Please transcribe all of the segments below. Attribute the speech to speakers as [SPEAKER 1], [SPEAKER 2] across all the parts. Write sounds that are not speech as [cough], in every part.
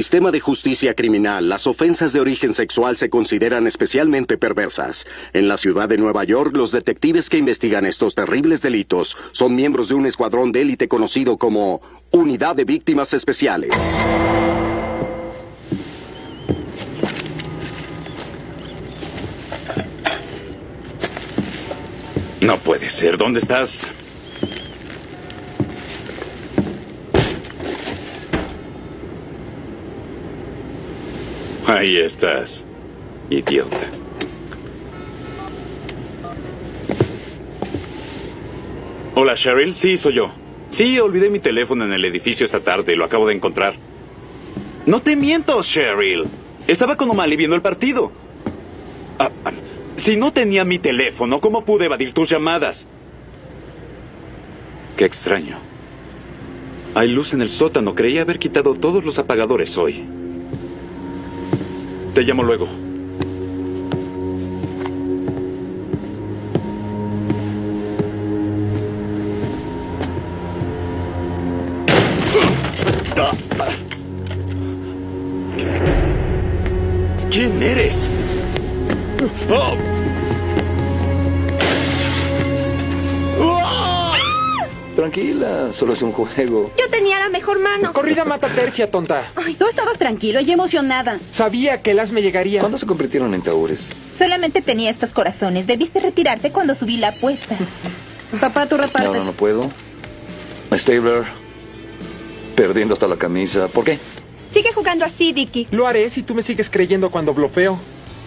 [SPEAKER 1] sistema de justicia criminal, las ofensas de origen sexual se consideran especialmente perversas. En la ciudad de Nueva York, los detectives que investigan estos terribles delitos son miembros de un escuadrón de élite conocido como Unidad de Víctimas Especiales.
[SPEAKER 2] No puede ser. ¿Dónde estás? Ahí estás, idiota. Hola, Cheryl. Sí, soy yo. Sí, olvidé mi teléfono en el edificio esta tarde. Lo acabo de encontrar. No te miento, Cheryl. Estaba con O'Malley viendo el partido. Ah, ah, si no tenía mi teléfono, ¿cómo pude evadir tus llamadas? Qué extraño. Hay luz en el sótano. Creía haber quitado todos los apagadores hoy. Te llamo luego. ¿Quién eres? ¡Oh!
[SPEAKER 3] Tranquila, solo es un juego.
[SPEAKER 4] Yo tenía la mejor mano.
[SPEAKER 5] Corrida mata tercia, tonta.
[SPEAKER 6] Ay, tú estabas tranquilo y emocionada.
[SPEAKER 5] Sabía que el as me llegaría.
[SPEAKER 3] ¿Cuándo se convirtieron en taúres?
[SPEAKER 7] Solamente tenía estos corazones. Debiste retirarte cuando subí la
[SPEAKER 3] [laughs]
[SPEAKER 7] apuesta.
[SPEAKER 6] Papá, tú repartes.
[SPEAKER 3] No, no, no puedo. Stabler, perdiendo hasta la camisa. ¿Por qué?
[SPEAKER 4] Sigue jugando así, Dicky.
[SPEAKER 5] Lo haré si tú me sigues creyendo cuando blofeo.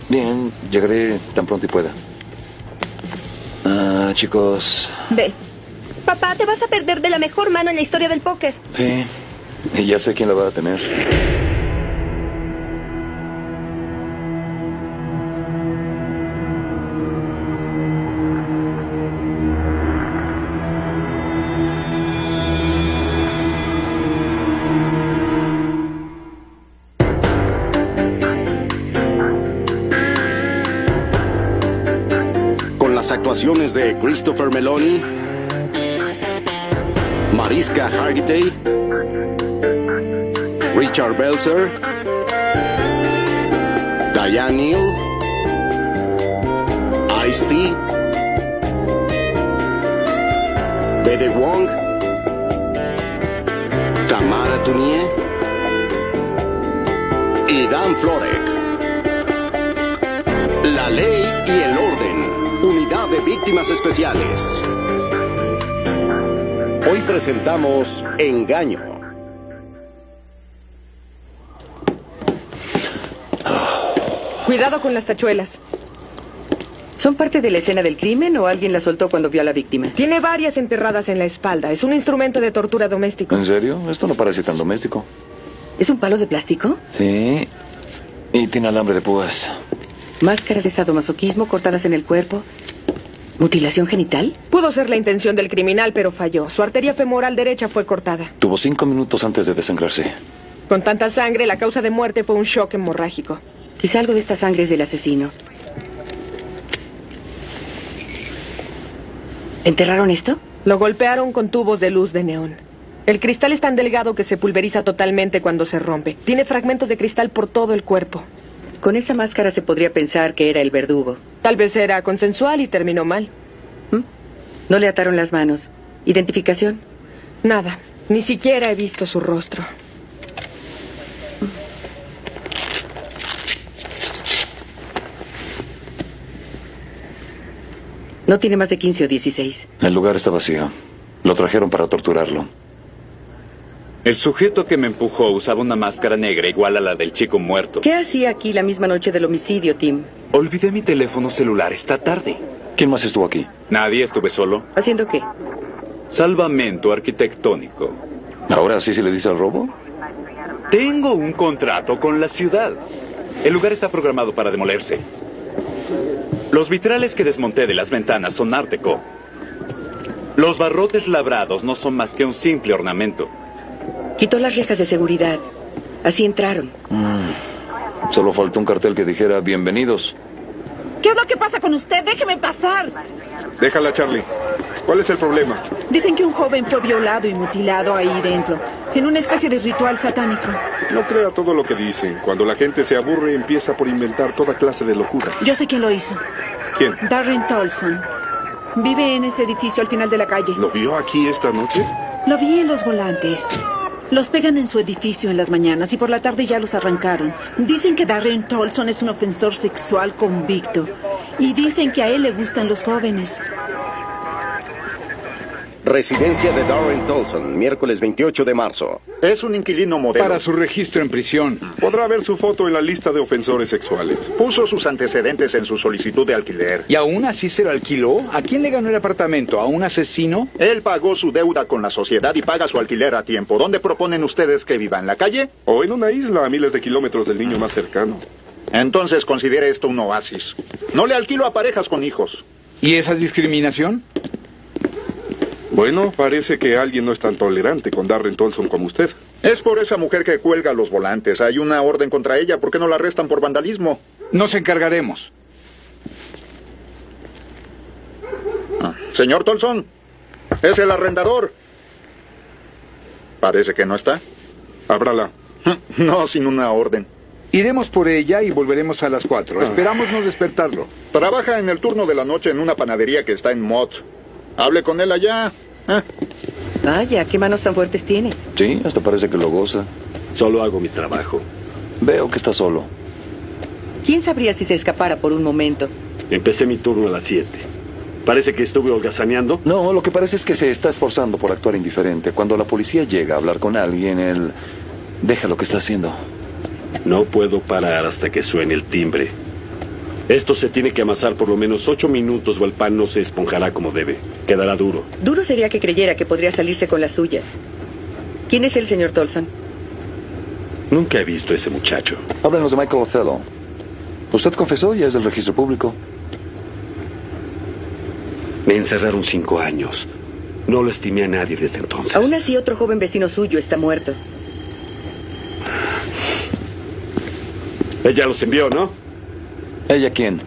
[SPEAKER 3] Bien, llegaré tan pronto y pueda. Ah, chicos.
[SPEAKER 7] Ve,
[SPEAKER 4] Papá, te vas a perder de la mejor mano en la historia del póker.
[SPEAKER 3] Sí, y ya sé quién la va a tener.
[SPEAKER 1] con las actuaciones de Christopher Meloni, Mariska Hargitay, Richard Belzer, Diane Neal, Ice-T, Bede Wong, Tamara Tunie y Dan Florek. La ley y el orden. Unidad de víctimas especiales. Hoy presentamos Engaño.
[SPEAKER 8] Cuidado con las tachuelas.
[SPEAKER 9] ¿Son parte de la escena del crimen o alguien la soltó cuando vio a la víctima?
[SPEAKER 8] Tiene varias enterradas en la espalda. Es un instrumento de tortura doméstico.
[SPEAKER 3] ¿En serio? Esto no parece tan doméstico.
[SPEAKER 9] ¿Es un palo de plástico?
[SPEAKER 3] Sí. Y tiene alambre de púas.
[SPEAKER 9] ¿Máscara de sadomasoquismo cortadas en el cuerpo? ¿Mutilación genital?
[SPEAKER 8] Pudo ser la intención del criminal, pero falló. Su arteria femoral derecha fue cortada.
[SPEAKER 3] Tuvo cinco minutos antes de desangrarse.
[SPEAKER 8] Con tanta sangre, la causa de muerte fue un shock hemorrágico.
[SPEAKER 9] Quizá algo de esta sangre es del asesino. ¿Enterraron esto?
[SPEAKER 8] Lo golpearon con tubos de luz de neón. El cristal es tan delgado que se pulveriza totalmente cuando se rompe. Tiene fragmentos de cristal por todo el cuerpo.
[SPEAKER 9] Con esa máscara se podría pensar que era el verdugo.
[SPEAKER 8] Tal vez era consensual y terminó mal.
[SPEAKER 9] No le ataron las manos. ¿Identificación?
[SPEAKER 8] Nada. Ni siquiera he visto su rostro.
[SPEAKER 9] No tiene más de 15 o 16.
[SPEAKER 3] El lugar está vacío. Lo trajeron para torturarlo.
[SPEAKER 2] El sujeto que me empujó usaba una máscara negra igual a la del chico muerto.
[SPEAKER 9] ¿Qué hacía aquí la misma noche del homicidio, Tim?
[SPEAKER 2] Olvidé mi teléfono celular esta tarde.
[SPEAKER 3] ¿Quién más estuvo aquí?
[SPEAKER 2] Nadie estuve solo.
[SPEAKER 9] ¿Haciendo qué?
[SPEAKER 2] Salvamento arquitectónico.
[SPEAKER 3] ¿Ahora sí se le dice al robo?
[SPEAKER 2] Tengo un contrato con la ciudad. El lugar está programado para demolerse. Los vitrales que desmonté de las ventanas son árteco. Los barrotes labrados no son más que un simple ornamento.
[SPEAKER 9] Quitó las rejas de seguridad. Así entraron.
[SPEAKER 3] Solo faltó un cartel que dijera bienvenidos.
[SPEAKER 6] ¿Qué es lo que pasa con usted? Déjeme pasar.
[SPEAKER 10] Déjala, Charlie.
[SPEAKER 11] ¿Cuál es el problema?
[SPEAKER 8] Dicen que un joven fue violado y mutilado ahí dentro, en una especie de ritual satánico.
[SPEAKER 11] No crea todo lo que dicen. Cuando la gente se aburre, empieza por inventar toda clase de locuras.
[SPEAKER 8] Yo sé quién lo hizo.
[SPEAKER 11] ¿Quién?
[SPEAKER 8] Darren Tolson. Vive en ese edificio al final de la calle.
[SPEAKER 11] ¿Lo vio aquí esta noche?
[SPEAKER 8] Lo vi en los volantes. Los pegan en su edificio en las mañanas y por la tarde ya los arrancaron. Dicen que Darren Tolson es un ofensor sexual convicto. Y dicen que a él le gustan los jóvenes.
[SPEAKER 1] Residencia de Darren Tolson, miércoles 28 de marzo.
[SPEAKER 12] Es un inquilino modelo.
[SPEAKER 13] Para su registro en prisión.
[SPEAKER 11] Podrá ver su foto en la lista de ofensores sexuales.
[SPEAKER 12] Puso sus antecedentes en su solicitud de alquiler.
[SPEAKER 13] ¿Y aún así se lo alquiló? ¿A quién le ganó el apartamento? ¿A un asesino?
[SPEAKER 12] Él pagó su deuda con la sociedad y paga su alquiler a tiempo. ¿Dónde proponen ustedes que viva? ¿En la calle?
[SPEAKER 11] O en una isla a miles de kilómetros del niño más cercano.
[SPEAKER 12] Entonces considere esto un oasis. No le alquilo a parejas con hijos.
[SPEAKER 13] ¿Y esa discriminación?
[SPEAKER 11] Bueno, parece que alguien no es tan tolerante con Darren Tolson como usted.
[SPEAKER 12] Es por esa mujer que cuelga los volantes. Hay una orden contra ella. ¿Por qué no la arrestan por vandalismo?
[SPEAKER 13] Nos encargaremos.
[SPEAKER 12] Ah. Señor Tolson, es el arrendador. Parece que no está.
[SPEAKER 11] Ábrala.
[SPEAKER 12] [laughs] No, sin una orden.
[SPEAKER 13] Iremos por ella y volveremos a las cuatro. Ah. Esperamos no despertarlo.
[SPEAKER 12] Trabaja en el turno de la noche en una panadería que está en Mott. Hable con él allá. Ah.
[SPEAKER 9] Vaya, qué manos tan fuertes tiene.
[SPEAKER 14] Sí, hasta parece que lo goza.
[SPEAKER 3] Solo hago mi trabajo.
[SPEAKER 14] Veo que está solo.
[SPEAKER 9] ¿Quién sabría si se escapara por un momento?
[SPEAKER 3] Empecé mi turno a las 7. Parece que estuve holgazaneando.
[SPEAKER 14] No, lo que parece es que se está esforzando por actuar indiferente. Cuando la policía llega a hablar con alguien, él deja lo que está haciendo.
[SPEAKER 3] No puedo parar hasta que suene el timbre. Esto se tiene que amasar por lo menos ocho minutos o el pan no se esponjará como debe. Quedará duro.
[SPEAKER 9] Duro sería que creyera que podría salirse con la suya. ¿Quién es el señor Tolson?
[SPEAKER 3] Nunca he visto a ese muchacho.
[SPEAKER 14] Háblanos de Michael Othello. Usted confesó y es del registro público.
[SPEAKER 3] Me encerraron cinco años. No lastimé a nadie desde entonces.
[SPEAKER 9] Aún así, otro joven vecino suyo está muerto.
[SPEAKER 3] Ella los envió, ¿no?
[SPEAKER 14] ¿Ella quién?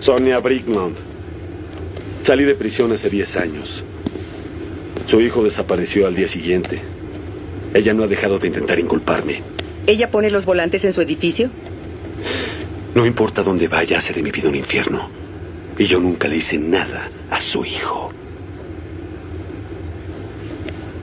[SPEAKER 3] Sonia Brickland. Salí de prisión hace 10 años. Su hijo desapareció al día siguiente. Ella no ha dejado de intentar inculparme.
[SPEAKER 9] ¿Ella pone los volantes en su edificio?
[SPEAKER 3] No importa dónde vaya, hace de mi vida un infierno. Y yo nunca le hice nada a su hijo.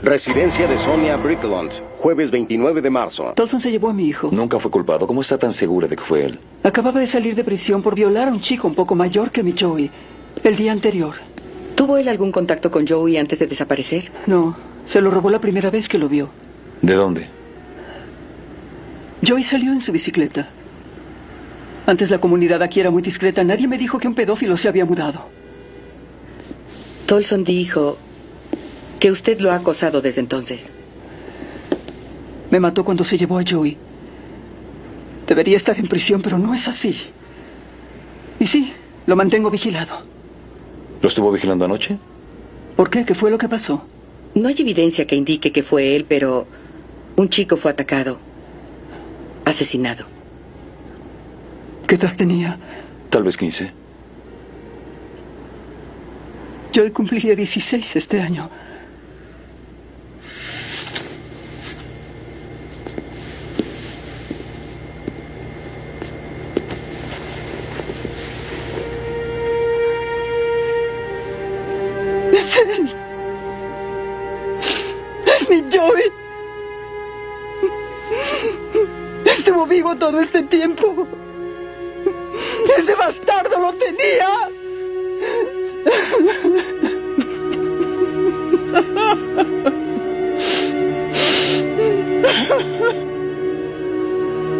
[SPEAKER 1] Residencia de Sonia Brickland, jueves 29 de marzo.
[SPEAKER 15] Tolson se llevó a mi hijo.
[SPEAKER 14] Nunca fue culpado. ¿Cómo está tan segura de que fue él?
[SPEAKER 15] Acababa de salir de prisión por violar a un chico un poco mayor que mi Joey el día anterior.
[SPEAKER 9] ¿Tuvo él algún contacto con Joey antes de desaparecer?
[SPEAKER 15] No, se lo robó la primera vez que lo vio.
[SPEAKER 14] ¿De dónde?
[SPEAKER 15] Joey salió en su bicicleta. Antes la comunidad aquí era muy discreta. Nadie me dijo que un pedófilo se había mudado.
[SPEAKER 9] Tolson dijo que usted lo ha acosado desde entonces.
[SPEAKER 15] Me mató cuando se llevó a Joey. Debería estar en prisión, pero no es así. Y sí, lo mantengo vigilado.
[SPEAKER 14] ¿Lo estuvo vigilando anoche?
[SPEAKER 15] ¿Por qué? ¿Qué fue lo que pasó?
[SPEAKER 9] No hay evidencia que indique que fue él, pero un chico fue atacado, asesinado.
[SPEAKER 15] ¿Qué edad tenía?
[SPEAKER 14] Tal vez 15.
[SPEAKER 15] Joey cumpliría 16 este año. ¿eh? todo este tiempo. Ese bastardo lo tenía.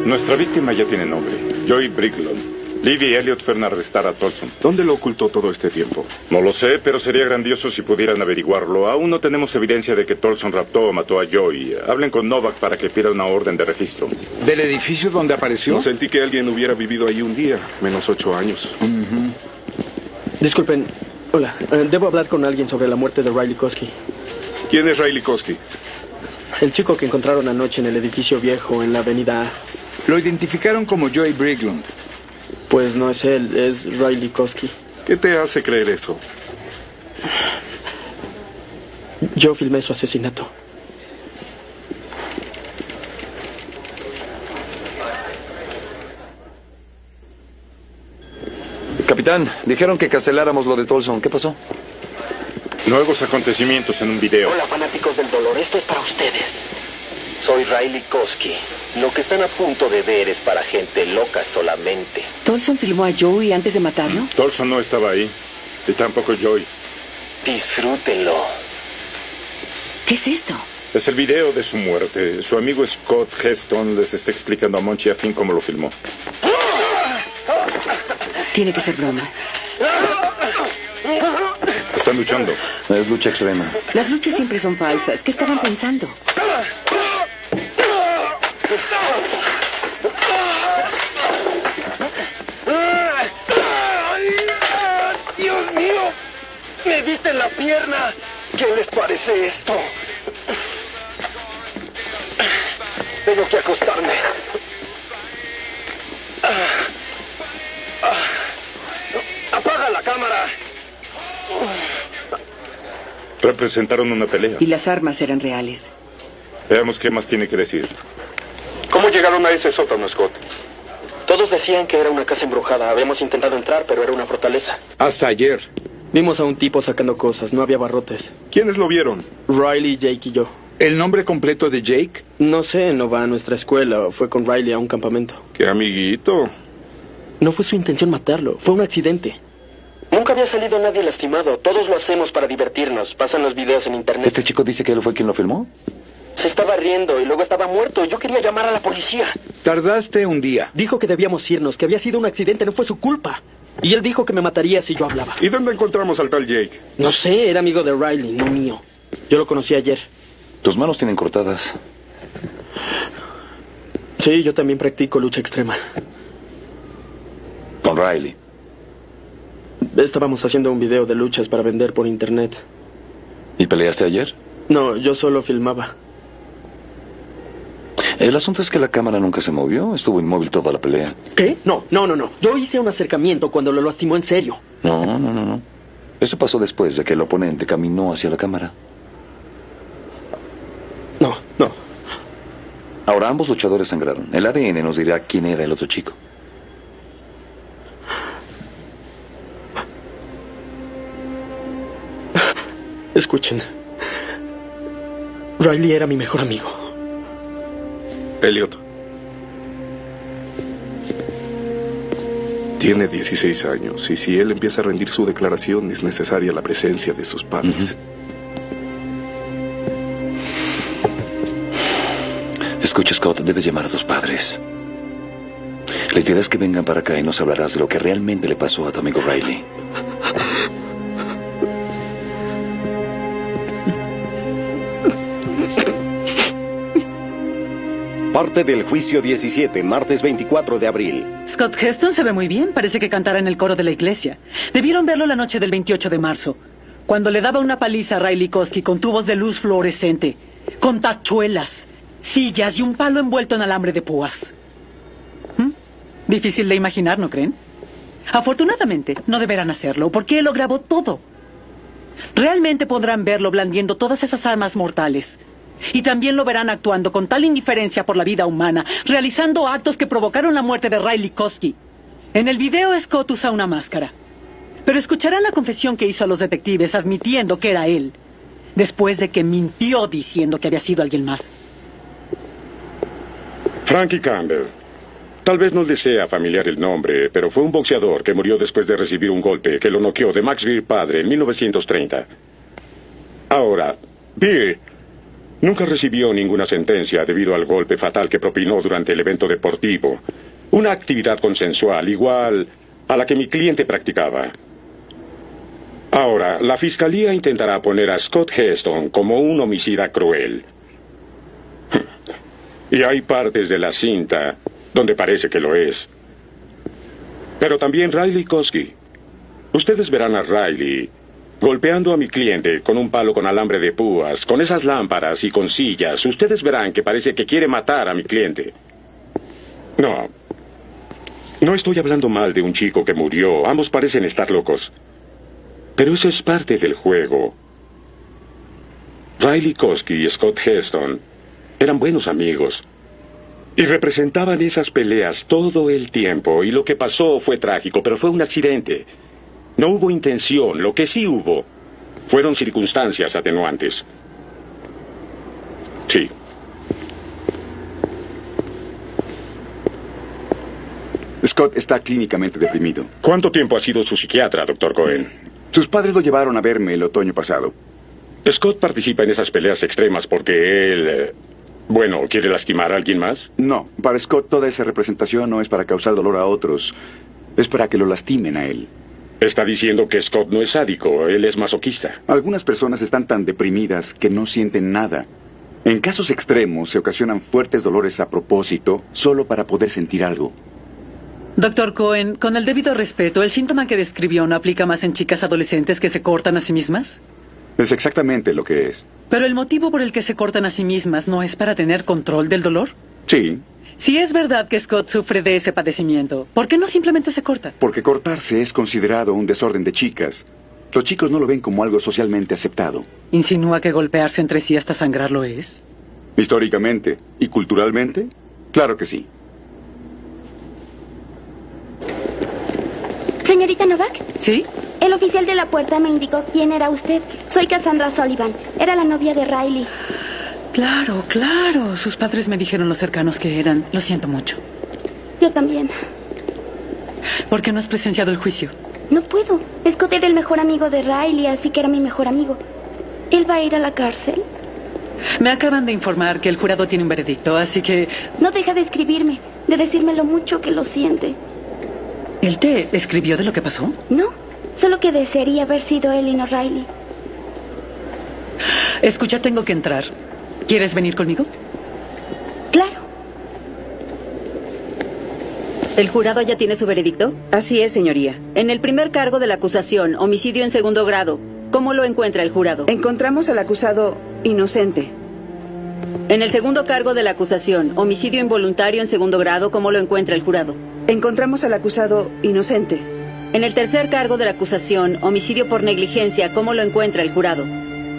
[SPEAKER 11] Nuestra víctima ya tiene nombre. Joy Briglon. Livy y Elliot fueron a arrestar a Tolson. ¿Dónde lo ocultó todo este tiempo? No lo sé, pero sería grandioso si pudieran averiguarlo. Aún no tenemos evidencia de que Tolson raptó o mató a Joey. Hablen con Novak para que pida una orden de registro.
[SPEAKER 13] ¿Del edificio donde apareció?
[SPEAKER 11] No sentí que alguien hubiera vivido ahí un día, menos ocho años. Uh -huh.
[SPEAKER 16] Disculpen. Hola, eh, debo hablar con alguien sobre la muerte de Riley Koski.
[SPEAKER 11] ¿Quién es Riley Koski?
[SPEAKER 16] El chico que encontraron anoche en el edificio viejo en la avenida A.
[SPEAKER 13] Lo identificaron como Joey Briglund.
[SPEAKER 16] Pues no es él, es Riley Koski.
[SPEAKER 11] ¿Qué te hace creer eso?
[SPEAKER 16] Yo filmé su asesinato.
[SPEAKER 3] Capitán, dijeron que canceláramos lo de Tolson. ¿Qué pasó?
[SPEAKER 10] Nuevos acontecimientos en un video.
[SPEAKER 11] Hola fanáticos del dolor, esto es para ustedes. Soy Riley Koski. Lo que están a punto de ver es para gente loca solamente.
[SPEAKER 9] ¿Tolson filmó a Joey antes de matarlo?
[SPEAKER 10] Tolson no estaba ahí. Y tampoco Joy.
[SPEAKER 11] Disfrútenlo.
[SPEAKER 9] ¿Qué es esto?
[SPEAKER 10] Es el video de su muerte. Su amigo Scott Heston les está explicando a Monchi a fin cómo lo filmó.
[SPEAKER 9] Tiene que ser broma.
[SPEAKER 10] Están luchando.
[SPEAKER 3] Es lucha extrema.
[SPEAKER 9] Las luchas siempre son falsas. ¿Qué estaban pensando?
[SPEAKER 11] ¡Dios mío! ¡Me diste en la pierna! ¿Qué les parece esto? Tengo que acostarme. ¡Apaga la cámara!
[SPEAKER 10] Representaron una pelea.
[SPEAKER 9] Y las armas eran reales.
[SPEAKER 10] Veamos qué más tiene que decir.
[SPEAKER 11] ¿Cómo llegaron a ese sótano, Scott? Todos decían que era una casa embrujada. Habíamos intentado entrar, pero era una fortaleza.
[SPEAKER 16] Hasta ayer. Vimos a un tipo sacando cosas, no había barrotes.
[SPEAKER 17] ¿Quiénes lo vieron?
[SPEAKER 16] Riley, Jake y yo.
[SPEAKER 17] ¿El nombre completo de Jake?
[SPEAKER 16] No sé, no va a nuestra escuela, fue con Riley a un campamento.
[SPEAKER 17] ¡Qué amiguito!
[SPEAKER 16] No fue su intención matarlo, fue un accidente.
[SPEAKER 11] Nunca había salido nadie lastimado. Todos lo hacemos para divertirnos. Pasan los videos en internet.
[SPEAKER 3] ¿Este chico dice que él fue quien lo filmó?
[SPEAKER 11] Se estaba riendo y luego estaba muerto. Yo quería llamar a la policía.
[SPEAKER 17] Tardaste un día.
[SPEAKER 16] Dijo que debíamos irnos, que había sido un accidente, no fue su culpa. Y él dijo que me mataría si yo hablaba.
[SPEAKER 10] ¿Y dónde encontramos al tal Jake?
[SPEAKER 16] No sé, era amigo de Riley, no mío. Yo lo conocí ayer.
[SPEAKER 3] Tus manos tienen cortadas.
[SPEAKER 16] Sí, yo también practico lucha extrema.
[SPEAKER 3] Con Riley.
[SPEAKER 16] Estábamos haciendo un video de luchas para vender por internet.
[SPEAKER 3] ¿Y peleaste ayer?
[SPEAKER 16] No, yo solo filmaba.
[SPEAKER 3] El asunto es que la cámara nunca se movió, estuvo inmóvil toda la pelea.
[SPEAKER 16] ¿Qué? No, no, no, no. Yo hice un acercamiento cuando lo lastimó en serio.
[SPEAKER 3] No, no, no, no. Eso pasó después de que el oponente caminó hacia la cámara.
[SPEAKER 16] No, no.
[SPEAKER 3] Ahora ambos luchadores sangraron. El ADN nos dirá quién era el otro chico.
[SPEAKER 16] Escuchen. Riley era mi mejor amigo.
[SPEAKER 10] Elliot. Tiene 16 años y si él empieza a rendir su declaración es necesaria la presencia de sus padres.
[SPEAKER 3] Escucha, Scott, debes llamar a tus padres. Les dirás que vengan para acá y nos hablarás de lo que realmente le pasó a tu amigo Riley.
[SPEAKER 1] Parte del juicio 17, martes 24 de abril.
[SPEAKER 18] Scott Heston se ve muy bien, parece que cantara en el coro de la iglesia. Debieron verlo la noche del 28 de marzo, cuando le daba una paliza a Riley Koski con tubos de luz fluorescente, con tachuelas, sillas y un palo envuelto en alambre de púas. ¿Mm? Difícil de imaginar, ¿no creen? Afortunadamente, no deberán hacerlo, porque él lo grabó todo. Realmente podrán verlo blandiendo todas esas armas mortales. Y también lo verán actuando con tal indiferencia por la vida humana, realizando actos que provocaron la muerte de Riley Koski. En el video Scott usa una máscara. Pero escucharán la confesión que hizo a los detectives admitiendo que era él, después de que mintió diciendo que había sido alguien más.
[SPEAKER 10] Frankie Campbell. Tal vez no le sea familiar el nombre, pero fue un boxeador que murió después de recibir un golpe que lo noqueó de Max Beer padre en 1930. Ahora, Beer Nunca recibió ninguna sentencia debido al golpe fatal que propinó durante el evento deportivo. Una actividad consensual igual a la que mi cliente practicaba. Ahora, la fiscalía intentará poner a Scott Heston como un homicida cruel. Y hay partes de la cinta donde parece que lo es. Pero también Riley Koski. Ustedes verán a Riley Golpeando a mi cliente con un palo con alambre de púas, con esas lámparas y con sillas, ustedes verán que parece que quiere matar a mi cliente. No. No estoy hablando mal de un chico que murió. Ambos parecen estar locos. Pero eso es parte del juego. Riley Koski y Scott Heston eran buenos amigos. Y representaban esas peleas todo el tiempo. Y lo que pasó fue trágico, pero fue un accidente. No hubo intención. Lo que sí hubo fueron circunstancias atenuantes. Sí.
[SPEAKER 13] Scott está clínicamente deprimido.
[SPEAKER 10] ¿Cuánto tiempo ha sido su psiquiatra, doctor Cohen?
[SPEAKER 13] Sus padres lo llevaron a verme el otoño pasado.
[SPEAKER 10] Scott participa en esas peleas extremas porque él... eh, Bueno, ¿quiere lastimar a alguien más?
[SPEAKER 13] No, para Scott toda esa representación no es para causar dolor a otros, es para que lo lastimen a él.
[SPEAKER 10] Está diciendo que Scott no es sádico, él es masoquista.
[SPEAKER 13] Algunas personas están tan deprimidas que no sienten nada. En casos extremos se ocasionan fuertes dolores a propósito solo para poder sentir algo.
[SPEAKER 18] Doctor Cohen, con el debido respeto, ¿el síntoma que describió no aplica más en chicas adolescentes que se cortan a sí mismas?
[SPEAKER 13] Es exactamente lo que es.
[SPEAKER 18] Pero el motivo por el que se cortan a sí mismas no es para tener control del dolor.
[SPEAKER 13] Sí,
[SPEAKER 18] Si es verdad que Scott sufre de ese padecimiento, ¿por qué no simplemente se corta?
[SPEAKER 13] porque cortarse es considerado un desorden de chicas. Los chicos no lo ven como algo socialmente aceptado.
[SPEAKER 18] ¿Insinúa que golpearse entre sí hasta sangrar lo es?
[SPEAKER 13] Históricamente y culturalmente, claro que sí.
[SPEAKER 19] Señorita Novak.
[SPEAKER 18] ¿Sí?
[SPEAKER 19] El oficial de la puerta me indicó quién era usted. Soy Cassandra Sullivan. Era la novia de Riley.
[SPEAKER 18] Claro, claro. Sus padres me dijeron los cercanos que eran. Lo siento mucho.
[SPEAKER 19] Yo también.
[SPEAKER 18] ¿Por qué no has presenciado el juicio?
[SPEAKER 19] No puedo. Scott era el mejor amigo de Riley, así que era mi mejor amigo. ¿Él va a ir a la cárcel?
[SPEAKER 18] Me acaban de informar que el jurado tiene un veredicto, así que...
[SPEAKER 19] No deja de escribirme, de decirme lo mucho que lo siente.
[SPEAKER 18] ¿Él te escribió de lo que pasó?
[SPEAKER 19] No, solo que desearía haber sido él y no Riley.
[SPEAKER 18] Escucha, tengo que entrar. ¿Quieres venir conmigo?
[SPEAKER 20] ¿El jurado ya tiene su veredicto?
[SPEAKER 9] Así es, señoría.
[SPEAKER 20] En el primer cargo de la acusación, homicidio en segundo grado, ¿cómo lo encuentra el jurado?
[SPEAKER 9] Encontramos al acusado inocente.
[SPEAKER 20] En el segundo cargo de la acusación, homicidio involuntario en segundo grado, ¿cómo lo encuentra el jurado?
[SPEAKER 9] Encontramos al acusado inocente.
[SPEAKER 20] En el tercer cargo de la acusación, homicidio por negligencia, ¿cómo lo encuentra el jurado?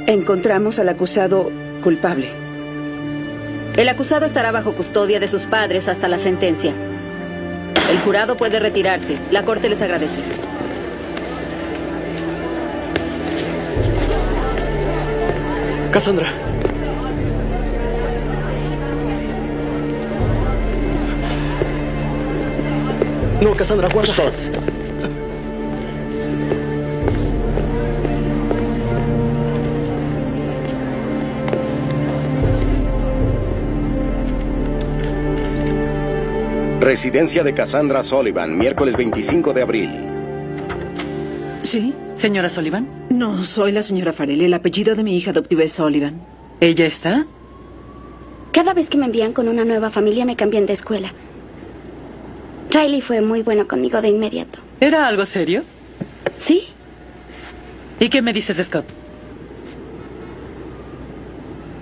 [SPEAKER 9] Encontramos al acusado culpable.
[SPEAKER 20] El acusado estará bajo custodia de sus padres hasta la sentencia. El jurado puede retirarse. La corte les agradece.
[SPEAKER 16] Cassandra. No, Cassandra, guarda.
[SPEAKER 1] Residencia de Cassandra Sullivan, miércoles 25 de abril.
[SPEAKER 8] ¿Sí?
[SPEAKER 18] ¿Señora Sullivan?
[SPEAKER 8] No, soy la señora Farrell. El apellido de mi hija adoptiva es Sullivan.
[SPEAKER 18] ¿Ella está?
[SPEAKER 19] Cada vez que me envían con una nueva familia me cambian de escuela. Riley fue muy bueno conmigo de inmediato.
[SPEAKER 18] ¿Era algo serio?
[SPEAKER 19] Sí.
[SPEAKER 18] ¿Y qué me dices, Scott?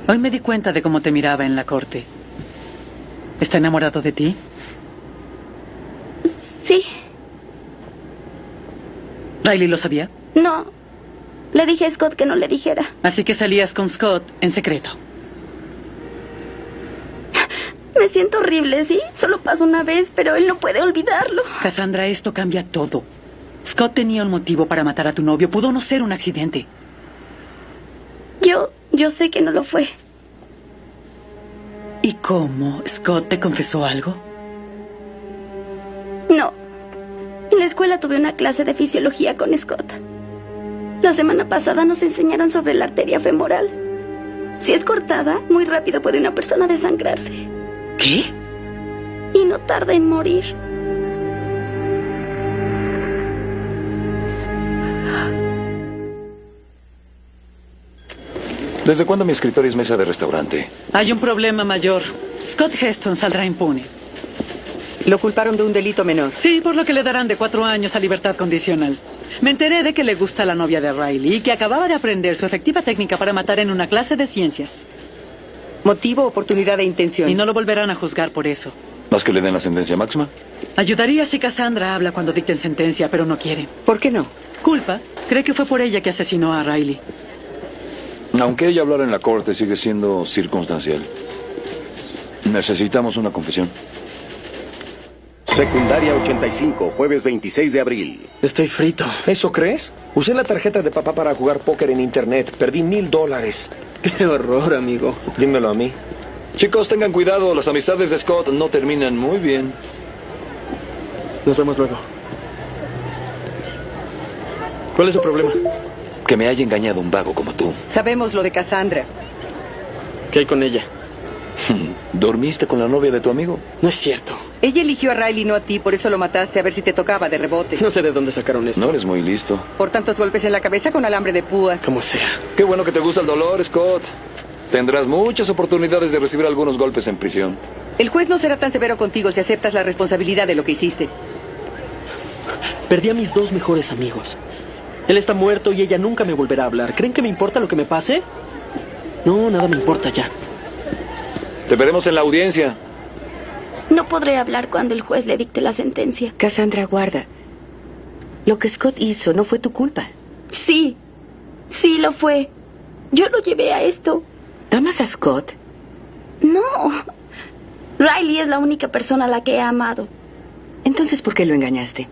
[SPEAKER 18] Hoy me di cuenta de cómo te miraba en la corte. ¿Está enamorado de ti?
[SPEAKER 19] Sí.
[SPEAKER 18] ¿Riley lo sabía?
[SPEAKER 19] No. Le dije a Scott que no le dijera.
[SPEAKER 18] Así que salías con Scott en secreto.
[SPEAKER 19] Me siento horrible, ¿sí? Solo pasó una vez, pero él no puede olvidarlo.
[SPEAKER 18] Cassandra, esto cambia todo. Scott tenía un motivo para matar a tu novio. Pudo no ser un accidente.
[SPEAKER 19] Yo, yo sé que no lo fue.
[SPEAKER 18] ¿Y cómo? ¿Scott te confesó algo?
[SPEAKER 19] No. En la escuela tuve una clase de fisiología con Scott. La semana pasada nos enseñaron sobre la arteria femoral. Si es cortada, muy rápido puede una persona desangrarse
[SPEAKER 18] ¿Qué?
[SPEAKER 19] y no tarda en morir.
[SPEAKER 3] ¿Desde cuándo mi escritorio es mesa de restaurante?
[SPEAKER 18] Hay un problema mayor. Scott Heston saldrá impune.
[SPEAKER 9] Lo culparon de un delito menor.
[SPEAKER 18] Sí, por lo que le darán de cuatro años a libertad condicional. Me enteré de que le gusta la novia de Riley y que acababa de aprender su efectiva técnica para matar en una clase de ciencias.
[SPEAKER 9] Motivo, oportunidad e intención.
[SPEAKER 18] Y no lo volverán a juzgar por eso.
[SPEAKER 3] ¿Más que le den la sentencia máxima?
[SPEAKER 18] Ayudaría si Cassandra habla cuando dicten sentencia, pero no quiere.
[SPEAKER 9] ¿Por qué no?
[SPEAKER 18] Culpa. Cree que fue por ella que asesinó a Riley.
[SPEAKER 3] Aunque ella hablara en la corte, sigue siendo circunstancial. Necesitamos una confesión.
[SPEAKER 1] Secundaria 85, jueves 26 de abril.
[SPEAKER 16] Estoy frito.
[SPEAKER 5] ¿Eso crees? Usé la tarjeta de papá para jugar póker en internet. Perdí mil dólares.
[SPEAKER 16] Qué horror, amigo.
[SPEAKER 5] Dímelo a mí.
[SPEAKER 3] Chicos, tengan cuidado. Las amistades de Scott no terminan muy bien.
[SPEAKER 16] Nos vemos luego. ¿Cuál es su problema?
[SPEAKER 3] Que me haya engañado un vago como tú.
[SPEAKER 21] Sabemos lo de Cassandra.
[SPEAKER 16] ¿Qué hay con ella?
[SPEAKER 3] [laughs] ¿Dormiste con la novia de tu amigo?
[SPEAKER 16] No es cierto.
[SPEAKER 21] Ella eligió a Riley, no a ti, por eso lo mataste a ver si te tocaba de rebote.
[SPEAKER 16] No sé de dónde sacaron esto.
[SPEAKER 3] No eres muy listo.
[SPEAKER 21] Por tantos golpes en la cabeza con alambre de púas.
[SPEAKER 16] Como sea.
[SPEAKER 3] Qué bueno que te gusta el dolor, Scott. Tendrás muchas oportunidades de recibir algunos golpes en prisión.
[SPEAKER 21] El juez no será tan severo contigo si aceptas la responsabilidad de lo que hiciste.
[SPEAKER 16] Perdí a mis dos mejores amigos. Él está muerto y ella nunca me volverá a hablar. ¿Creen que me importa lo que me pase? No, nada me importa ya.
[SPEAKER 3] Te veremos en la audiencia.
[SPEAKER 19] No podré hablar cuando el juez le dicte la sentencia.
[SPEAKER 9] Cassandra, guarda. Lo que Scott hizo no fue tu culpa.
[SPEAKER 19] Sí, sí lo fue. Yo lo llevé a esto.
[SPEAKER 9] ¿Amas a Scott?
[SPEAKER 19] No. Riley es la única persona a la que he amado.
[SPEAKER 9] Entonces, ¿por qué lo engañaste?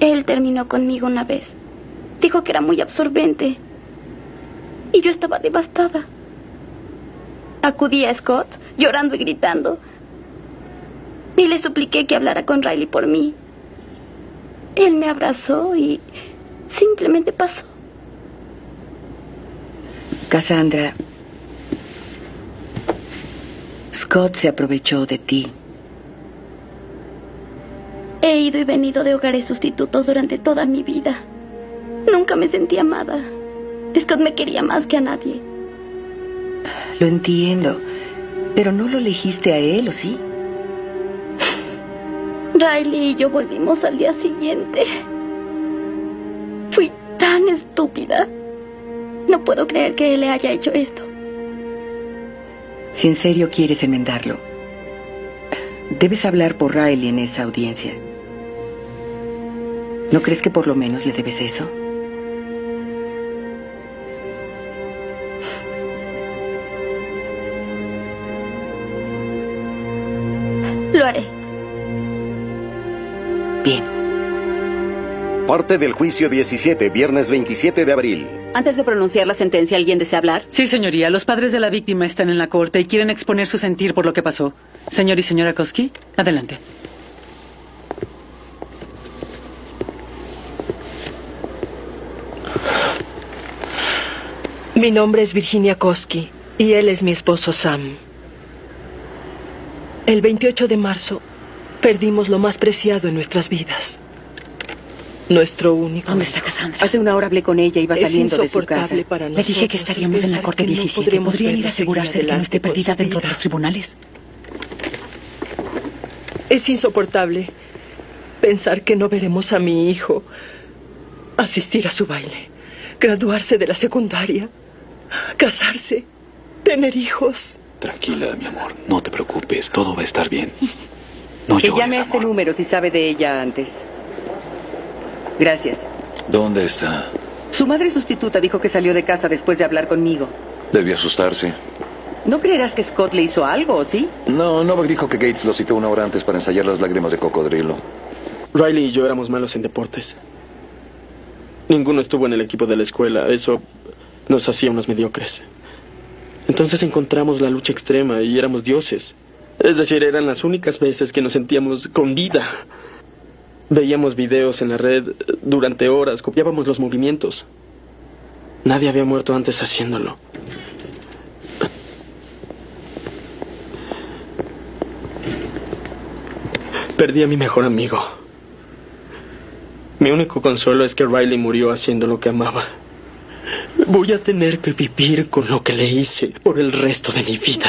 [SPEAKER 19] Él terminó conmigo una vez. Dijo que era muy absorbente. Y yo estaba devastada. Acudí a Scott, llorando y gritando. Y le supliqué que hablara con Riley por mí. Él me abrazó y simplemente pasó.
[SPEAKER 9] Cassandra, Scott se aprovechó de ti.
[SPEAKER 19] He ido y venido de hogares sustitutos durante toda mi vida. Nunca me sentí amada. Scott me quería más que a nadie.
[SPEAKER 9] Lo entiendo, pero no lo elegiste a él, ¿o sí?
[SPEAKER 19] Riley y yo volvimos al día siguiente. Fui tan estúpida. No puedo creer que él le haya hecho esto.
[SPEAKER 9] Si en serio quieres enmendarlo, debes hablar por Riley en esa audiencia. ¿No crees que por lo menos le debes eso?
[SPEAKER 19] Lo haré.
[SPEAKER 9] Bien.
[SPEAKER 1] Parte del juicio 17, viernes 27 de abril.
[SPEAKER 20] Antes de pronunciar la sentencia, ¿alguien desea hablar?
[SPEAKER 18] Sí, señoría. Los padres de la víctima están en la corte y quieren exponer su sentir por lo que pasó. Señor y señora Koski, adelante.
[SPEAKER 22] Mi nombre es Virginia Koski y él es mi esposo Sam. El 28 de marzo perdimos lo más preciado en nuestras vidas. Nuestro único.
[SPEAKER 21] ¿Dónde está Cassandra?
[SPEAKER 9] Hace una hora hablé con ella y va
[SPEAKER 22] Es
[SPEAKER 9] saliendo de su
[SPEAKER 22] insoportable
[SPEAKER 9] casa.
[SPEAKER 22] para
[SPEAKER 18] Le dije que estaríamos en la
[SPEAKER 22] pensar
[SPEAKER 18] corte
[SPEAKER 22] que no
[SPEAKER 18] 17.
[SPEAKER 22] podremos
[SPEAKER 18] ¿Podrían ir
[SPEAKER 22] verla
[SPEAKER 18] a asegurarse de
[SPEAKER 22] seguir
[SPEAKER 18] que no esté
[SPEAKER 22] adelante
[SPEAKER 18] perdida
[SPEAKER 22] con su
[SPEAKER 18] dentro de
[SPEAKER 22] vida.
[SPEAKER 18] los tribunales?
[SPEAKER 22] Es insoportable pensar que no veremos a mi hijo asistir a su baile, graduarse de la secundaria, casarse, tener hijos.
[SPEAKER 3] Tranquila, mi amor. No te preocupes. Todo va a estar bien. No
[SPEAKER 21] Que
[SPEAKER 3] llores,
[SPEAKER 21] llame a
[SPEAKER 3] amor.
[SPEAKER 21] este número si sabe de ella antes. Gracias.
[SPEAKER 3] ¿Dónde está?
[SPEAKER 21] Su madre sustituta dijo que salió de casa después de hablar conmigo.
[SPEAKER 3] Debió asustarse.
[SPEAKER 21] ¿No creerás que Scott le hizo algo, o sí?
[SPEAKER 3] No, Novak dijo que Gates lo citó una hora antes para ensayar las lágrimas de cocodrilo.
[SPEAKER 16] Riley y yo éramos malos en deportes. Ninguno estuvo en el equipo de la escuela. Eso nos hacía unos mediocres. Entonces encontramos la lucha extrema y éramos dioses. Es decir, eran las únicas veces que nos sentíamos con vida. Veíamos videos en la red eh, durante horas, copiábamos los movimientos. Nadie había muerto antes haciéndolo. Perdí a mi mejor amigo. Mi único consuelo es que Riley murió haciendo lo que amaba. Voy a tener que vivir con lo que le hice por el resto de mi vida.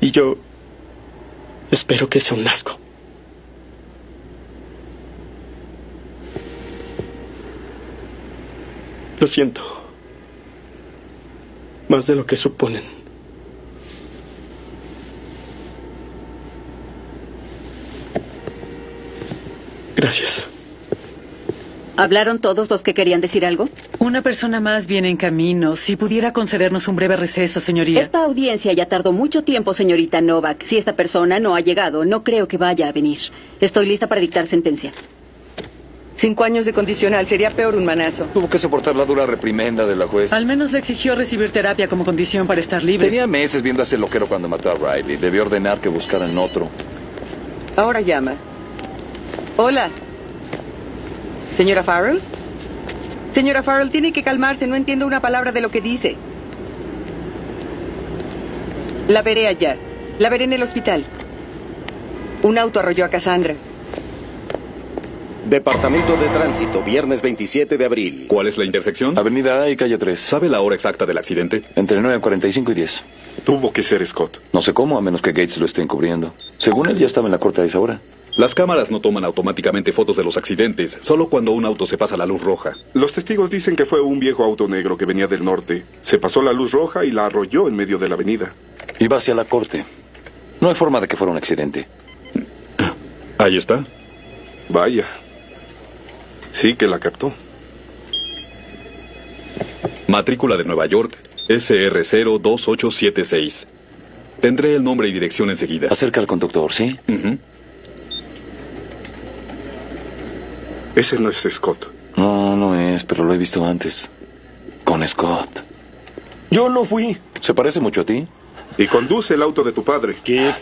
[SPEAKER 16] Y yo espero que sea un asco. Lo siento. Más de lo que suponen. Gracias.
[SPEAKER 20] ¿Hablaron todos los que querían decir algo?
[SPEAKER 18] Una persona más viene en camino. Si pudiera concedernos un breve receso, señoría.
[SPEAKER 20] Esta audiencia ya tardó mucho tiempo, señorita Novak. Si esta persona no ha llegado, no creo que vaya a venir. Estoy lista para dictar sentencia.
[SPEAKER 9] Cinco años de condicional. Sería peor un manazo.
[SPEAKER 3] Tuvo que soportar la dura reprimenda de la juez.
[SPEAKER 18] Al menos le exigió recibir terapia como condición para estar libre.
[SPEAKER 3] Tenía meses viendo a ese loquero cuando mató a Riley. Debió ordenar que buscaran otro.
[SPEAKER 9] Ahora llama. Hola. Señora Farrell. Señora Farrell, tiene que calmarse. No entiendo una palabra de lo que dice. La veré allá. La veré en el hospital. Un auto arrolló a Cassandra.
[SPEAKER 1] Departamento de Tránsito, viernes 27 de abril.
[SPEAKER 23] ¿Cuál es la intersección?
[SPEAKER 3] Avenida A y calle 3.
[SPEAKER 23] ¿Sabe la hora exacta del accidente?
[SPEAKER 3] Entre 9.45 y 10.
[SPEAKER 23] Tuvo que ser Scott.
[SPEAKER 3] No sé cómo, a menos que Gates lo esté encubriendo. Según él, ya estaba en la corte a esa hora.
[SPEAKER 23] Las cámaras no toman automáticamente fotos de los accidentes, solo cuando un auto se pasa la luz roja.
[SPEAKER 12] Los testigos dicen que fue un viejo auto negro que venía del norte. Se pasó la luz roja y la arrolló en medio de la avenida.
[SPEAKER 3] Iba hacia la corte. No hay forma de que fuera un accidente.
[SPEAKER 23] Ahí está.
[SPEAKER 12] Vaya. Sí que la captó.
[SPEAKER 23] Matrícula de Nueva York, SR02876. Tendré el nombre y dirección enseguida.
[SPEAKER 3] Acerca al conductor, ¿sí?
[SPEAKER 23] Uh -huh.
[SPEAKER 12] Ese no es Scott.
[SPEAKER 3] No, no es, pero lo he visto antes. Con Scott.
[SPEAKER 16] Yo no fui.
[SPEAKER 3] ¿Se parece mucho a ti?
[SPEAKER 12] Y conduce el auto de tu padre.
[SPEAKER 16] ¿Qué?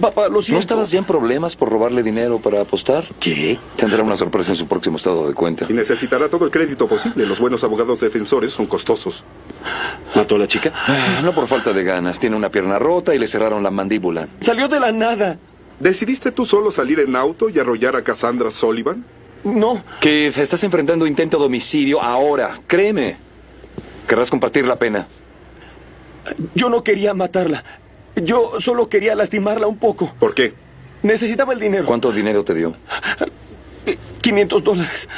[SPEAKER 16] Papá, lo siento.
[SPEAKER 3] ¿No estabas ya en problemas por robarle dinero para apostar?
[SPEAKER 16] ¿Qué?
[SPEAKER 3] Tendrá una sorpresa en su próximo estado de cuenta.
[SPEAKER 12] Y necesitará todo el crédito posible. Los buenos abogados defensores son costosos.
[SPEAKER 16] ¿Mató a la chica?
[SPEAKER 3] Ah, No por falta de ganas. Tiene una pierna rota y le cerraron la mandíbula.
[SPEAKER 16] Salió de la nada.
[SPEAKER 12] ¿Decidiste tú solo salir en auto y arrollar a Cassandra Sullivan?
[SPEAKER 16] No.
[SPEAKER 3] Que te estás enfrentando intento de homicidio ahora. Créeme. Querrás compartir la pena.
[SPEAKER 16] Yo no quería matarla. Yo solo quería lastimarla un poco.
[SPEAKER 12] ¿Por qué?
[SPEAKER 16] Necesitaba el dinero.
[SPEAKER 3] ¿Cuánto dinero te dio?
[SPEAKER 16] 500 dólares.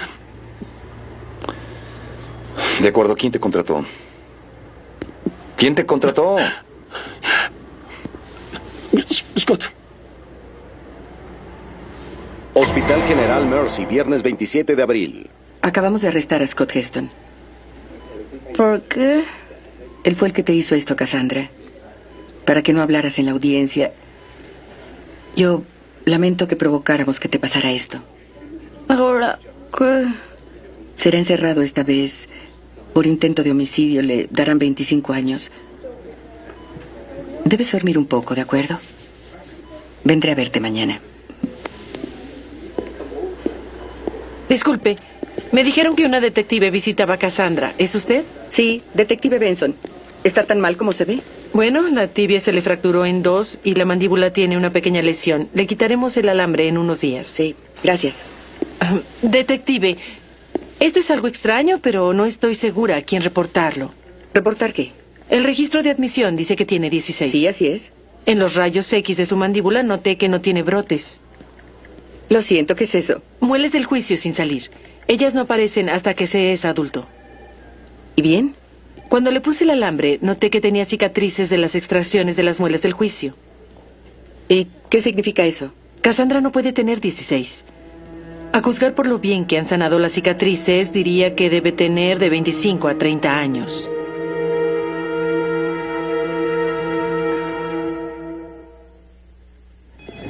[SPEAKER 3] De acuerdo, ¿quién te contrató? ¿Quién te contrató?
[SPEAKER 16] Scott.
[SPEAKER 1] Hospital General Mercy, viernes 27 de abril.
[SPEAKER 9] Acabamos de arrestar a Scott Heston.
[SPEAKER 24] ¿Por qué?
[SPEAKER 9] Él fue el que te hizo esto, Cassandra. Para que no hablaras en la audiencia. Yo lamento que provocáramos que te pasara esto.
[SPEAKER 24] Ahora, ¿qué?
[SPEAKER 9] Será encerrado esta vez. Por intento de homicidio le darán 25 años. Debes dormir un poco, ¿de acuerdo? Vendré a verte mañana.
[SPEAKER 4] Disculpe, me dijeron que una detective visitaba a Cassandra. ¿Es usted?
[SPEAKER 9] Sí, detective Benson. ¿Está tan mal como se ve?
[SPEAKER 4] Bueno, la tibia se le fracturó en dos y la mandíbula tiene una pequeña lesión. Le quitaremos el alambre en unos días.
[SPEAKER 9] Sí, gracias.
[SPEAKER 4] Uh, detective, esto es algo extraño, pero no estoy segura a quién reportarlo.
[SPEAKER 9] ¿Reportar qué?
[SPEAKER 4] El registro de admisión dice que tiene 16.
[SPEAKER 9] Sí, así es.
[SPEAKER 4] En los rayos X de su mandíbula noté que no tiene brotes.
[SPEAKER 9] Lo siento, ¿qué es eso?
[SPEAKER 4] Mueles del juicio sin salir. Ellas no aparecen hasta que se es adulto.
[SPEAKER 9] ¿Y bien?
[SPEAKER 4] Cuando le puse el alambre, noté que tenía cicatrices de las extracciones de las muelas del juicio.
[SPEAKER 9] ¿Y qué significa eso?
[SPEAKER 4] Cassandra no puede tener 16. A juzgar por lo bien que han sanado las cicatrices, diría que debe tener de 25 a 30 años.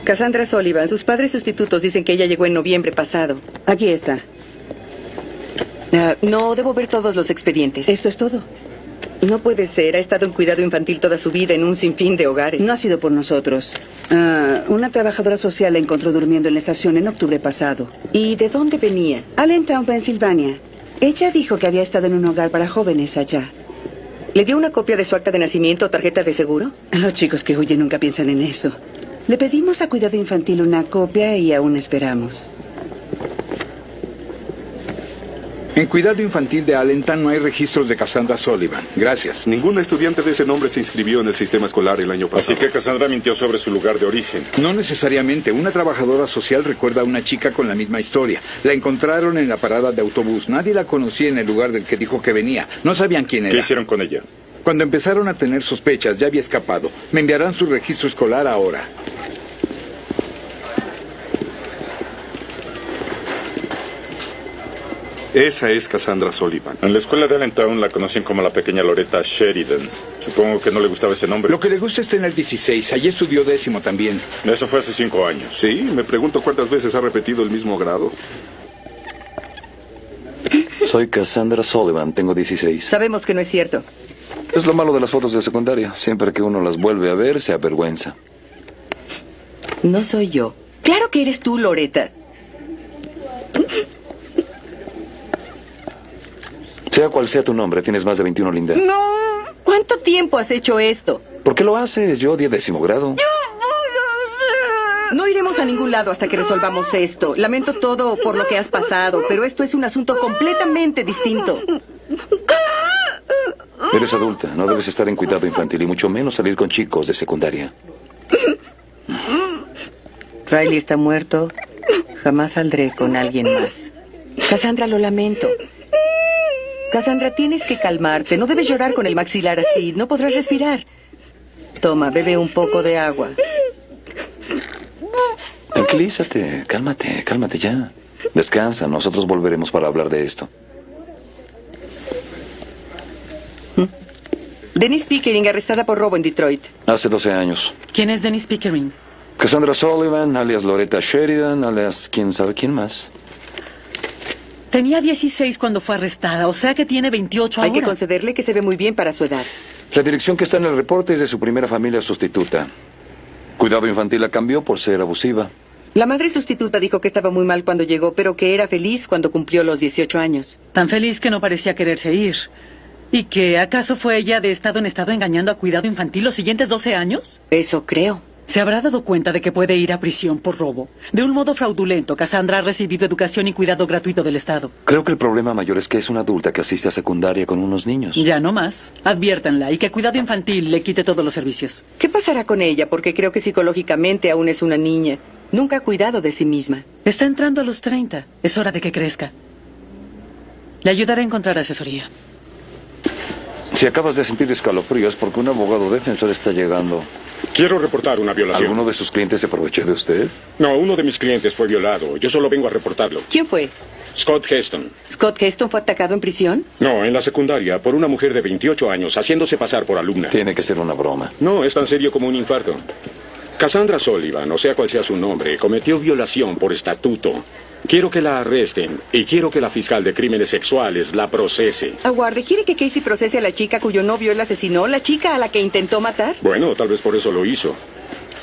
[SPEAKER 9] Cassandra Sullivan, sus padres sustitutos dicen que ella llegó en noviembre pasado.
[SPEAKER 25] Aquí está.
[SPEAKER 9] Uh, no, debo ver todos los expedientes.
[SPEAKER 25] Esto es todo.
[SPEAKER 9] No puede ser. Ha estado en cuidado infantil toda su vida en un sinfín de hogares.
[SPEAKER 25] No ha sido por nosotros. Uh, una trabajadora social la encontró durmiendo en la estación en octubre pasado.
[SPEAKER 9] ¿Y de dónde venía?
[SPEAKER 25] Allentown, Pensilvania. Ella dijo que había estado en un hogar para jóvenes allá.
[SPEAKER 9] ¿Le dio una copia de su acta de nacimiento o tarjeta de seguro?
[SPEAKER 25] Los chicos que huyen nunca piensan en eso. Le pedimos a cuidado infantil una copia y aún esperamos.
[SPEAKER 13] En cuidado infantil de Allentown no hay registros de Cassandra Sullivan. Gracias.
[SPEAKER 12] Ningún estudiante de ese nombre se inscribió en el sistema escolar el año pasado.
[SPEAKER 23] Así que Cassandra mintió sobre su lugar de origen.
[SPEAKER 13] No necesariamente. Una trabajadora social recuerda a una chica con la misma historia. La encontraron en la parada de autobús. Nadie la conocía en el lugar del que dijo que venía. No sabían quién era.
[SPEAKER 23] ¿Qué hicieron con ella?
[SPEAKER 13] Cuando empezaron a tener sospechas, ya había escapado. Me enviarán su registro escolar ahora.
[SPEAKER 10] Esa es Cassandra Sullivan.
[SPEAKER 11] En la escuela de Allentown la conocen como la pequeña Loretta Sheridan.
[SPEAKER 10] Supongo que no le gustaba ese nombre.
[SPEAKER 13] Lo que le gusta está en el 16. Allí estudió décimo también.
[SPEAKER 10] Eso fue hace cinco años.
[SPEAKER 11] Sí, me pregunto cuántas veces ha repetido el mismo grado.
[SPEAKER 3] Soy Cassandra Sullivan, tengo 16.
[SPEAKER 9] Sabemos que no es cierto.
[SPEAKER 3] Es lo malo de las fotos de secundaria. Siempre que uno las vuelve a ver, se avergüenza.
[SPEAKER 9] No soy yo. Claro que eres tú, Loreta.
[SPEAKER 3] Sea cual sea tu nombre, tienes más de 21, Linda.
[SPEAKER 9] No. ¿Cuánto tiempo has hecho esto?
[SPEAKER 3] ¿Por qué lo haces? Yo odié décimo grado.
[SPEAKER 9] No iremos a ningún lado hasta que resolvamos esto. Lamento todo por lo que has pasado, pero esto es un asunto completamente distinto.
[SPEAKER 3] Eres adulta, no debes estar en cuidado infantil y mucho menos salir con chicos de secundaria.
[SPEAKER 26] Riley está muerto. Jamás saldré con alguien más.
[SPEAKER 9] Cassandra, lo lamento.
[SPEAKER 26] Cassandra, tienes que calmarte. No debes llorar con el maxilar así. No podrás respirar. Toma, bebe un poco de agua.
[SPEAKER 3] Tranquilízate, cálmate, cálmate ya. Descansa, nosotros volveremos para hablar de esto.
[SPEAKER 9] Denise Pickering arrestada por robo en Detroit.
[SPEAKER 3] Hace 12 años.
[SPEAKER 18] ¿Quién es Dennis Pickering?
[SPEAKER 3] Cassandra Sullivan, alias Loretta Sheridan, alias quién sabe quién más.
[SPEAKER 18] Tenía 16 cuando fue arrestada, o sea que tiene 28
[SPEAKER 9] Hay que
[SPEAKER 18] ahora.
[SPEAKER 9] concederle que se ve muy bien para su edad.
[SPEAKER 3] La dirección que está en el reporte es de su primera familia sustituta. Cuidado infantil la cambió por ser abusiva.
[SPEAKER 9] La madre sustituta dijo que estaba muy mal cuando llegó, pero que era feliz cuando cumplió los 18 años.
[SPEAKER 18] Tan feliz que no parecía quererse ir. ¿Y que acaso fue ella de estado en estado engañando a cuidado infantil los siguientes 12 años?
[SPEAKER 9] Eso creo.
[SPEAKER 18] ¿Se habrá dado cuenta de que puede ir a prisión por robo? De un modo fraudulento, Cassandra ha recibido educación y cuidado gratuito del Estado.
[SPEAKER 3] Creo que el problema mayor es que es una adulta que asiste a secundaria con unos niños.
[SPEAKER 18] Ya no más. Adviértanla y que cuidado infantil le quite todos los servicios.
[SPEAKER 9] ¿Qué pasará con ella? Porque creo que psicológicamente aún es una niña. Nunca ha cuidado de sí misma.
[SPEAKER 18] Está entrando a los 30. Es hora de que crezca. Le ayudaré a encontrar asesoría.
[SPEAKER 3] Si acabas de sentir escalofríos porque un abogado defensor está llegando.
[SPEAKER 10] Quiero reportar una violación.
[SPEAKER 3] ¿Alguno de sus clientes se aprovechó de usted?
[SPEAKER 10] No, uno de mis clientes fue violado. Yo solo vengo a reportarlo.
[SPEAKER 9] ¿Quién fue?
[SPEAKER 10] Scott Heston.
[SPEAKER 9] ¿Scott Heston fue atacado en prisión?
[SPEAKER 10] No, en la secundaria, por una mujer de 28 años, haciéndose pasar por alumna.
[SPEAKER 3] Tiene que ser una broma.
[SPEAKER 10] No, es tan serio como un infarto. Cassandra Sullivan, o sea cual sea su nombre, cometió violación por estatuto. Quiero que la arresten y quiero que la fiscal de crímenes sexuales la procese.
[SPEAKER 9] Aguarde, ¿quiere que Casey procese a la chica cuyo novio él asesinó? ¿La chica a la que intentó matar?
[SPEAKER 10] Bueno, tal vez por eso lo hizo.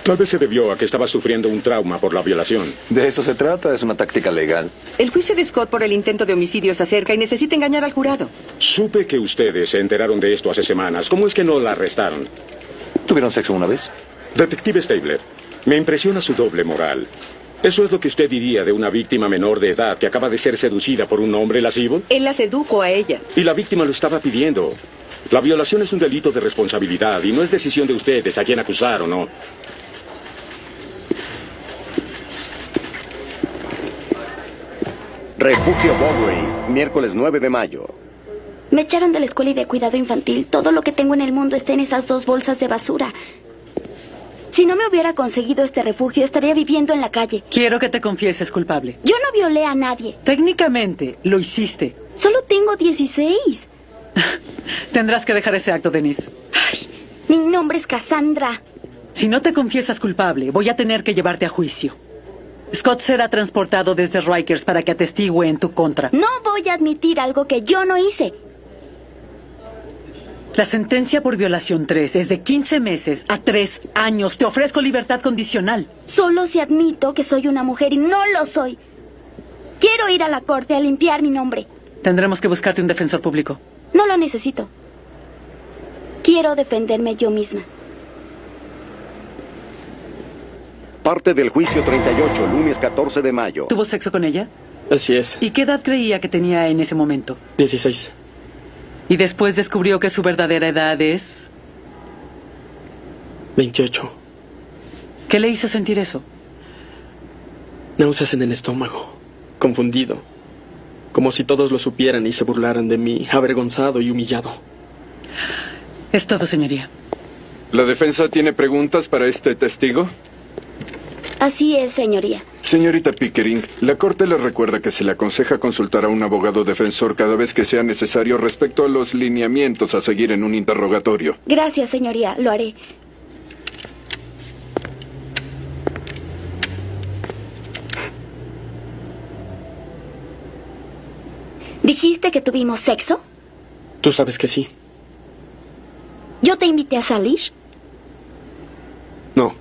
[SPEAKER 10] Tal vez se debió a que estaba sufriendo un trauma por la violación.
[SPEAKER 3] De eso se trata, es una táctica legal.
[SPEAKER 9] El juicio de Scott por el intento de homicidio se acerca y necesita engañar al jurado.
[SPEAKER 10] Supe que ustedes se enteraron de esto hace semanas. ¿Cómo es que no la arrestaron?
[SPEAKER 3] ¿Tuvieron sexo una vez?
[SPEAKER 10] Detective Stabler, me impresiona su doble moral. ¿Eso es lo que usted diría de una víctima menor de edad que acaba de ser seducida por un hombre lascivo?
[SPEAKER 9] Él la sedujo a ella.
[SPEAKER 10] Y la víctima lo estaba pidiendo. La violación es un delito de responsabilidad y no es decisión de ustedes a quién acusar o no.
[SPEAKER 1] Refugio Bowery, miércoles 9 de mayo.
[SPEAKER 19] Me echaron de la escuela y de cuidado infantil. Todo lo que tengo en el mundo está en esas dos bolsas de basura. Si no me hubiera conseguido este refugio, estaría viviendo en la calle.
[SPEAKER 18] Quiero que te confieses culpable.
[SPEAKER 19] Yo no violé a nadie.
[SPEAKER 18] Técnicamente, lo hiciste.
[SPEAKER 19] Solo tengo 16.
[SPEAKER 18] [laughs] Tendrás que dejar ese acto, Denise.
[SPEAKER 19] Mi nombre es Cassandra.
[SPEAKER 18] Si no te confiesas culpable, voy a tener que llevarte a juicio. Scott será transportado desde Rikers para que atestigue en tu contra.
[SPEAKER 19] No voy a admitir algo que yo no hice.
[SPEAKER 18] La sentencia por violación 3 es de 15 meses a 3 años. Te ofrezco libertad condicional.
[SPEAKER 19] Solo si admito que soy una mujer y no lo soy. Quiero ir a la corte a limpiar mi nombre.
[SPEAKER 18] Tendremos que buscarte un defensor público.
[SPEAKER 19] No lo necesito. Quiero defenderme yo misma.
[SPEAKER 1] Parte del juicio 38, lunes 14 de mayo.
[SPEAKER 18] ¿Tuvo sexo con ella?
[SPEAKER 16] Así es.
[SPEAKER 18] ¿Y qué edad creía que tenía en ese momento?
[SPEAKER 16] 16.
[SPEAKER 18] Y después descubrió que su verdadera edad es...
[SPEAKER 16] 28.
[SPEAKER 18] ¿Qué le hizo sentir eso?
[SPEAKER 16] Náuseas en el estómago. Confundido. Como si todos lo supieran y se burlaran de mí, avergonzado y humillado.
[SPEAKER 18] Es todo, señoría.
[SPEAKER 6] ¿La defensa tiene preguntas para este testigo?
[SPEAKER 19] Así es, señoría.
[SPEAKER 10] Señorita Pickering, la Corte le recuerda que se le aconseja consultar a un abogado defensor cada vez que sea necesario respecto a los lineamientos a seguir en un interrogatorio.
[SPEAKER 19] Gracias, señoría, lo haré. ¿Dijiste que tuvimos sexo?
[SPEAKER 16] Tú sabes que sí.
[SPEAKER 19] ¿Yo te invité a salir?
[SPEAKER 16] No.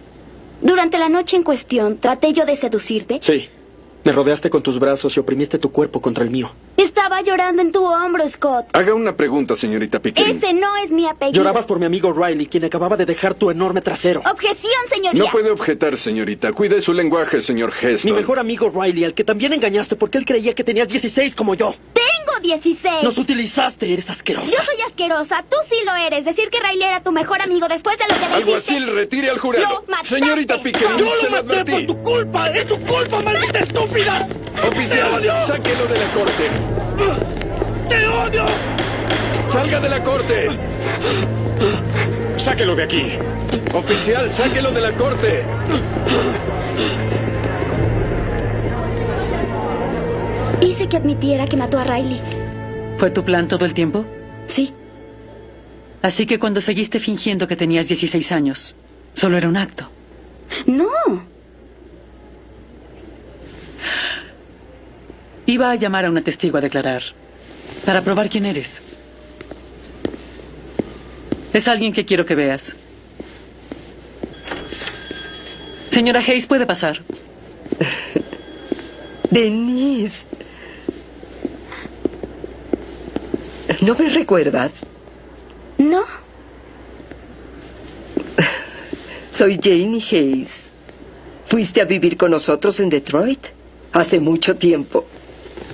[SPEAKER 19] Durante la noche en cuestión, ¿traté yo de seducirte?
[SPEAKER 16] Sí. Me rodeaste con tus brazos y oprimiste tu cuerpo contra el mío.
[SPEAKER 19] Estaba llorando en tu hombro, Scott.
[SPEAKER 10] Haga una pregunta, señorita Pickering.
[SPEAKER 19] Ese no es mi apellido.
[SPEAKER 16] Llorabas por mi amigo Riley, quien acababa de dejar tu enorme trasero.
[SPEAKER 19] Oh. Objeción, señoría.
[SPEAKER 10] No puede objetar, señorita. Cuide su lenguaje, señor Heston.
[SPEAKER 16] Mi mejor amigo Riley, al que también engañaste porque él creía que tenías 16 como yo.
[SPEAKER 19] Tengo 16.
[SPEAKER 16] Nos utilizaste, eres asquerosa.
[SPEAKER 19] Yo soy asquerosa, tú sí lo eres. Decir que Riley era tu mejor amigo después de lo que le hiciste.
[SPEAKER 10] Alguacil, retire al jurado.
[SPEAKER 19] Lo mataste.
[SPEAKER 10] Señorita Pickering,
[SPEAKER 16] Yo
[SPEAKER 10] se
[SPEAKER 16] lo
[SPEAKER 10] lo
[SPEAKER 16] maté
[SPEAKER 10] advertí.
[SPEAKER 16] por tu culpa. Es tu culpa, maldita estúpida.
[SPEAKER 10] Oficial,
[SPEAKER 16] ¡Te odio!
[SPEAKER 10] sáquelo de la corte.
[SPEAKER 16] ¡Te odio!
[SPEAKER 10] ¡Salga de la corte! ¡Sáquelo de aquí! Oficial, sáquelo de la corte.
[SPEAKER 19] Hice que admitiera que mató a Riley.
[SPEAKER 18] ¿Fue tu plan todo el tiempo?
[SPEAKER 19] Sí.
[SPEAKER 18] Así que cuando seguiste fingiendo que tenías 16 años, solo era un acto.
[SPEAKER 19] No.
[SPEAKER 18] Iba a llamar a una testigo a declarar, para probar quién eres. Es alguien que quiero que veas. Señora Hayes, puede pasar.
[SPEAKER 22] Denise. ¿No me recuerdas?
[SPEAKER 19] No.
[SPEAKER 22] Soy Janie Hayes. Fuiste a vivir con nosotros en Detroit hace mucho tiempo.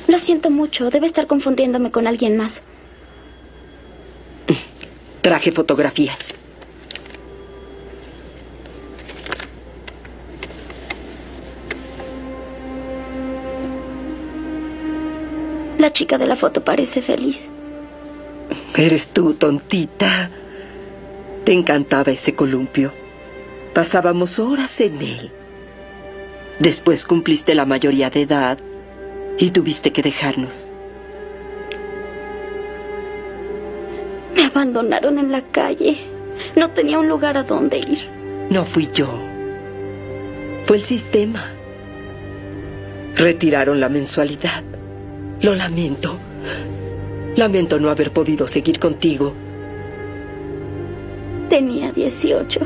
[SPEAKER 19] Lo siento mucho, debe estar confundiéndome con alguien más.
[SPEAKER 22] Traje fotografías.
[SPEAKER 19] La chica de la foto parece feliz.
[SPEAKER 22] Eres tú, tontita. Te encantaba ese columpio. Pasábamos horas en él. Después cumpliste la mayoría de edad y tuviste que dejarnos.
[SPEAKER 19] Me abandonaron en la calle. No tenía un lugar a donde ir.
[SPEAKER 22] No fui yo. Fue el sistema. Retiraron la mensualidad. Lo lamento. Lamento no haber podido seguir contigo.
[SPEAKER 19] Tenía 18.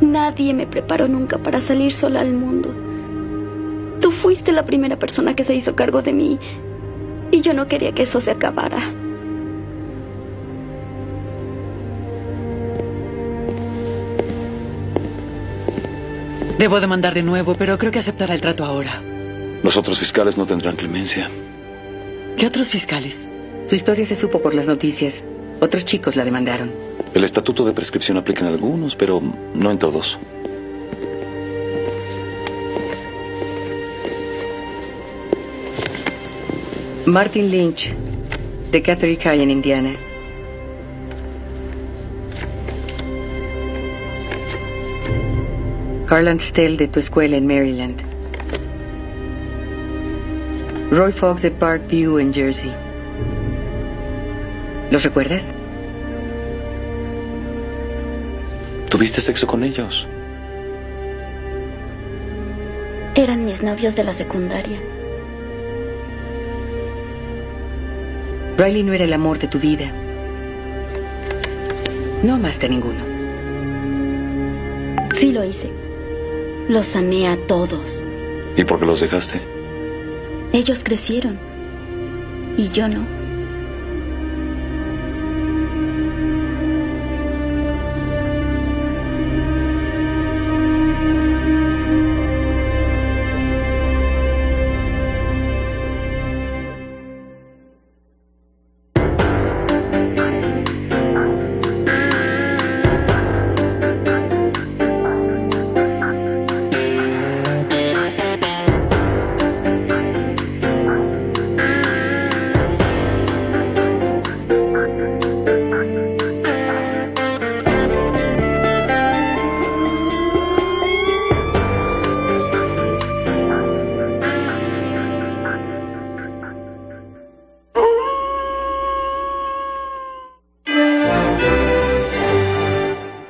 [SPEAKER 19] Nadie me preparó nunca para salir sola al mundo. Tú fuiste la primera persona que se hizo cargo de mí y yo no quería que eso se acabara.
[SPEAKER 18] Debo demandar de nuevo, pero creo que aceptará el trato ahora.
[SPEAKER 3] Los otros fiscales no tendrán clemencia.
[SPEAKER 18] ¿Qué otros fiscales?
[SPEAKER 9] Su historia se supo por las noticias. Otros chicos la demandaron.
[SPEAKER 3] El estatuto de prescripción aplica en algunos, pero no en todos.
[SPEAKER 9] Martin Lynch, de Catherine High en Indiana. Harlan Stell, de tu escuela en Maryland. Roy Fox, de Parkview en Jersey. ¿Los recuerdas?
[SPEAKER 3] ¿Tuviste sexo con ellos?
[SPEAKER 19] Eran mis novios de la secundaria.
[SPEAKER 9] Riley no era el amor de tu vida. No amaste a ninguno.
[SPEAKER 19] Sí lo hice. Los amé a todos.
[SPEAKER 3] ¿Y por qué los dejaste?
[SPEAKER 19] Ellos crecieron. Y yo no.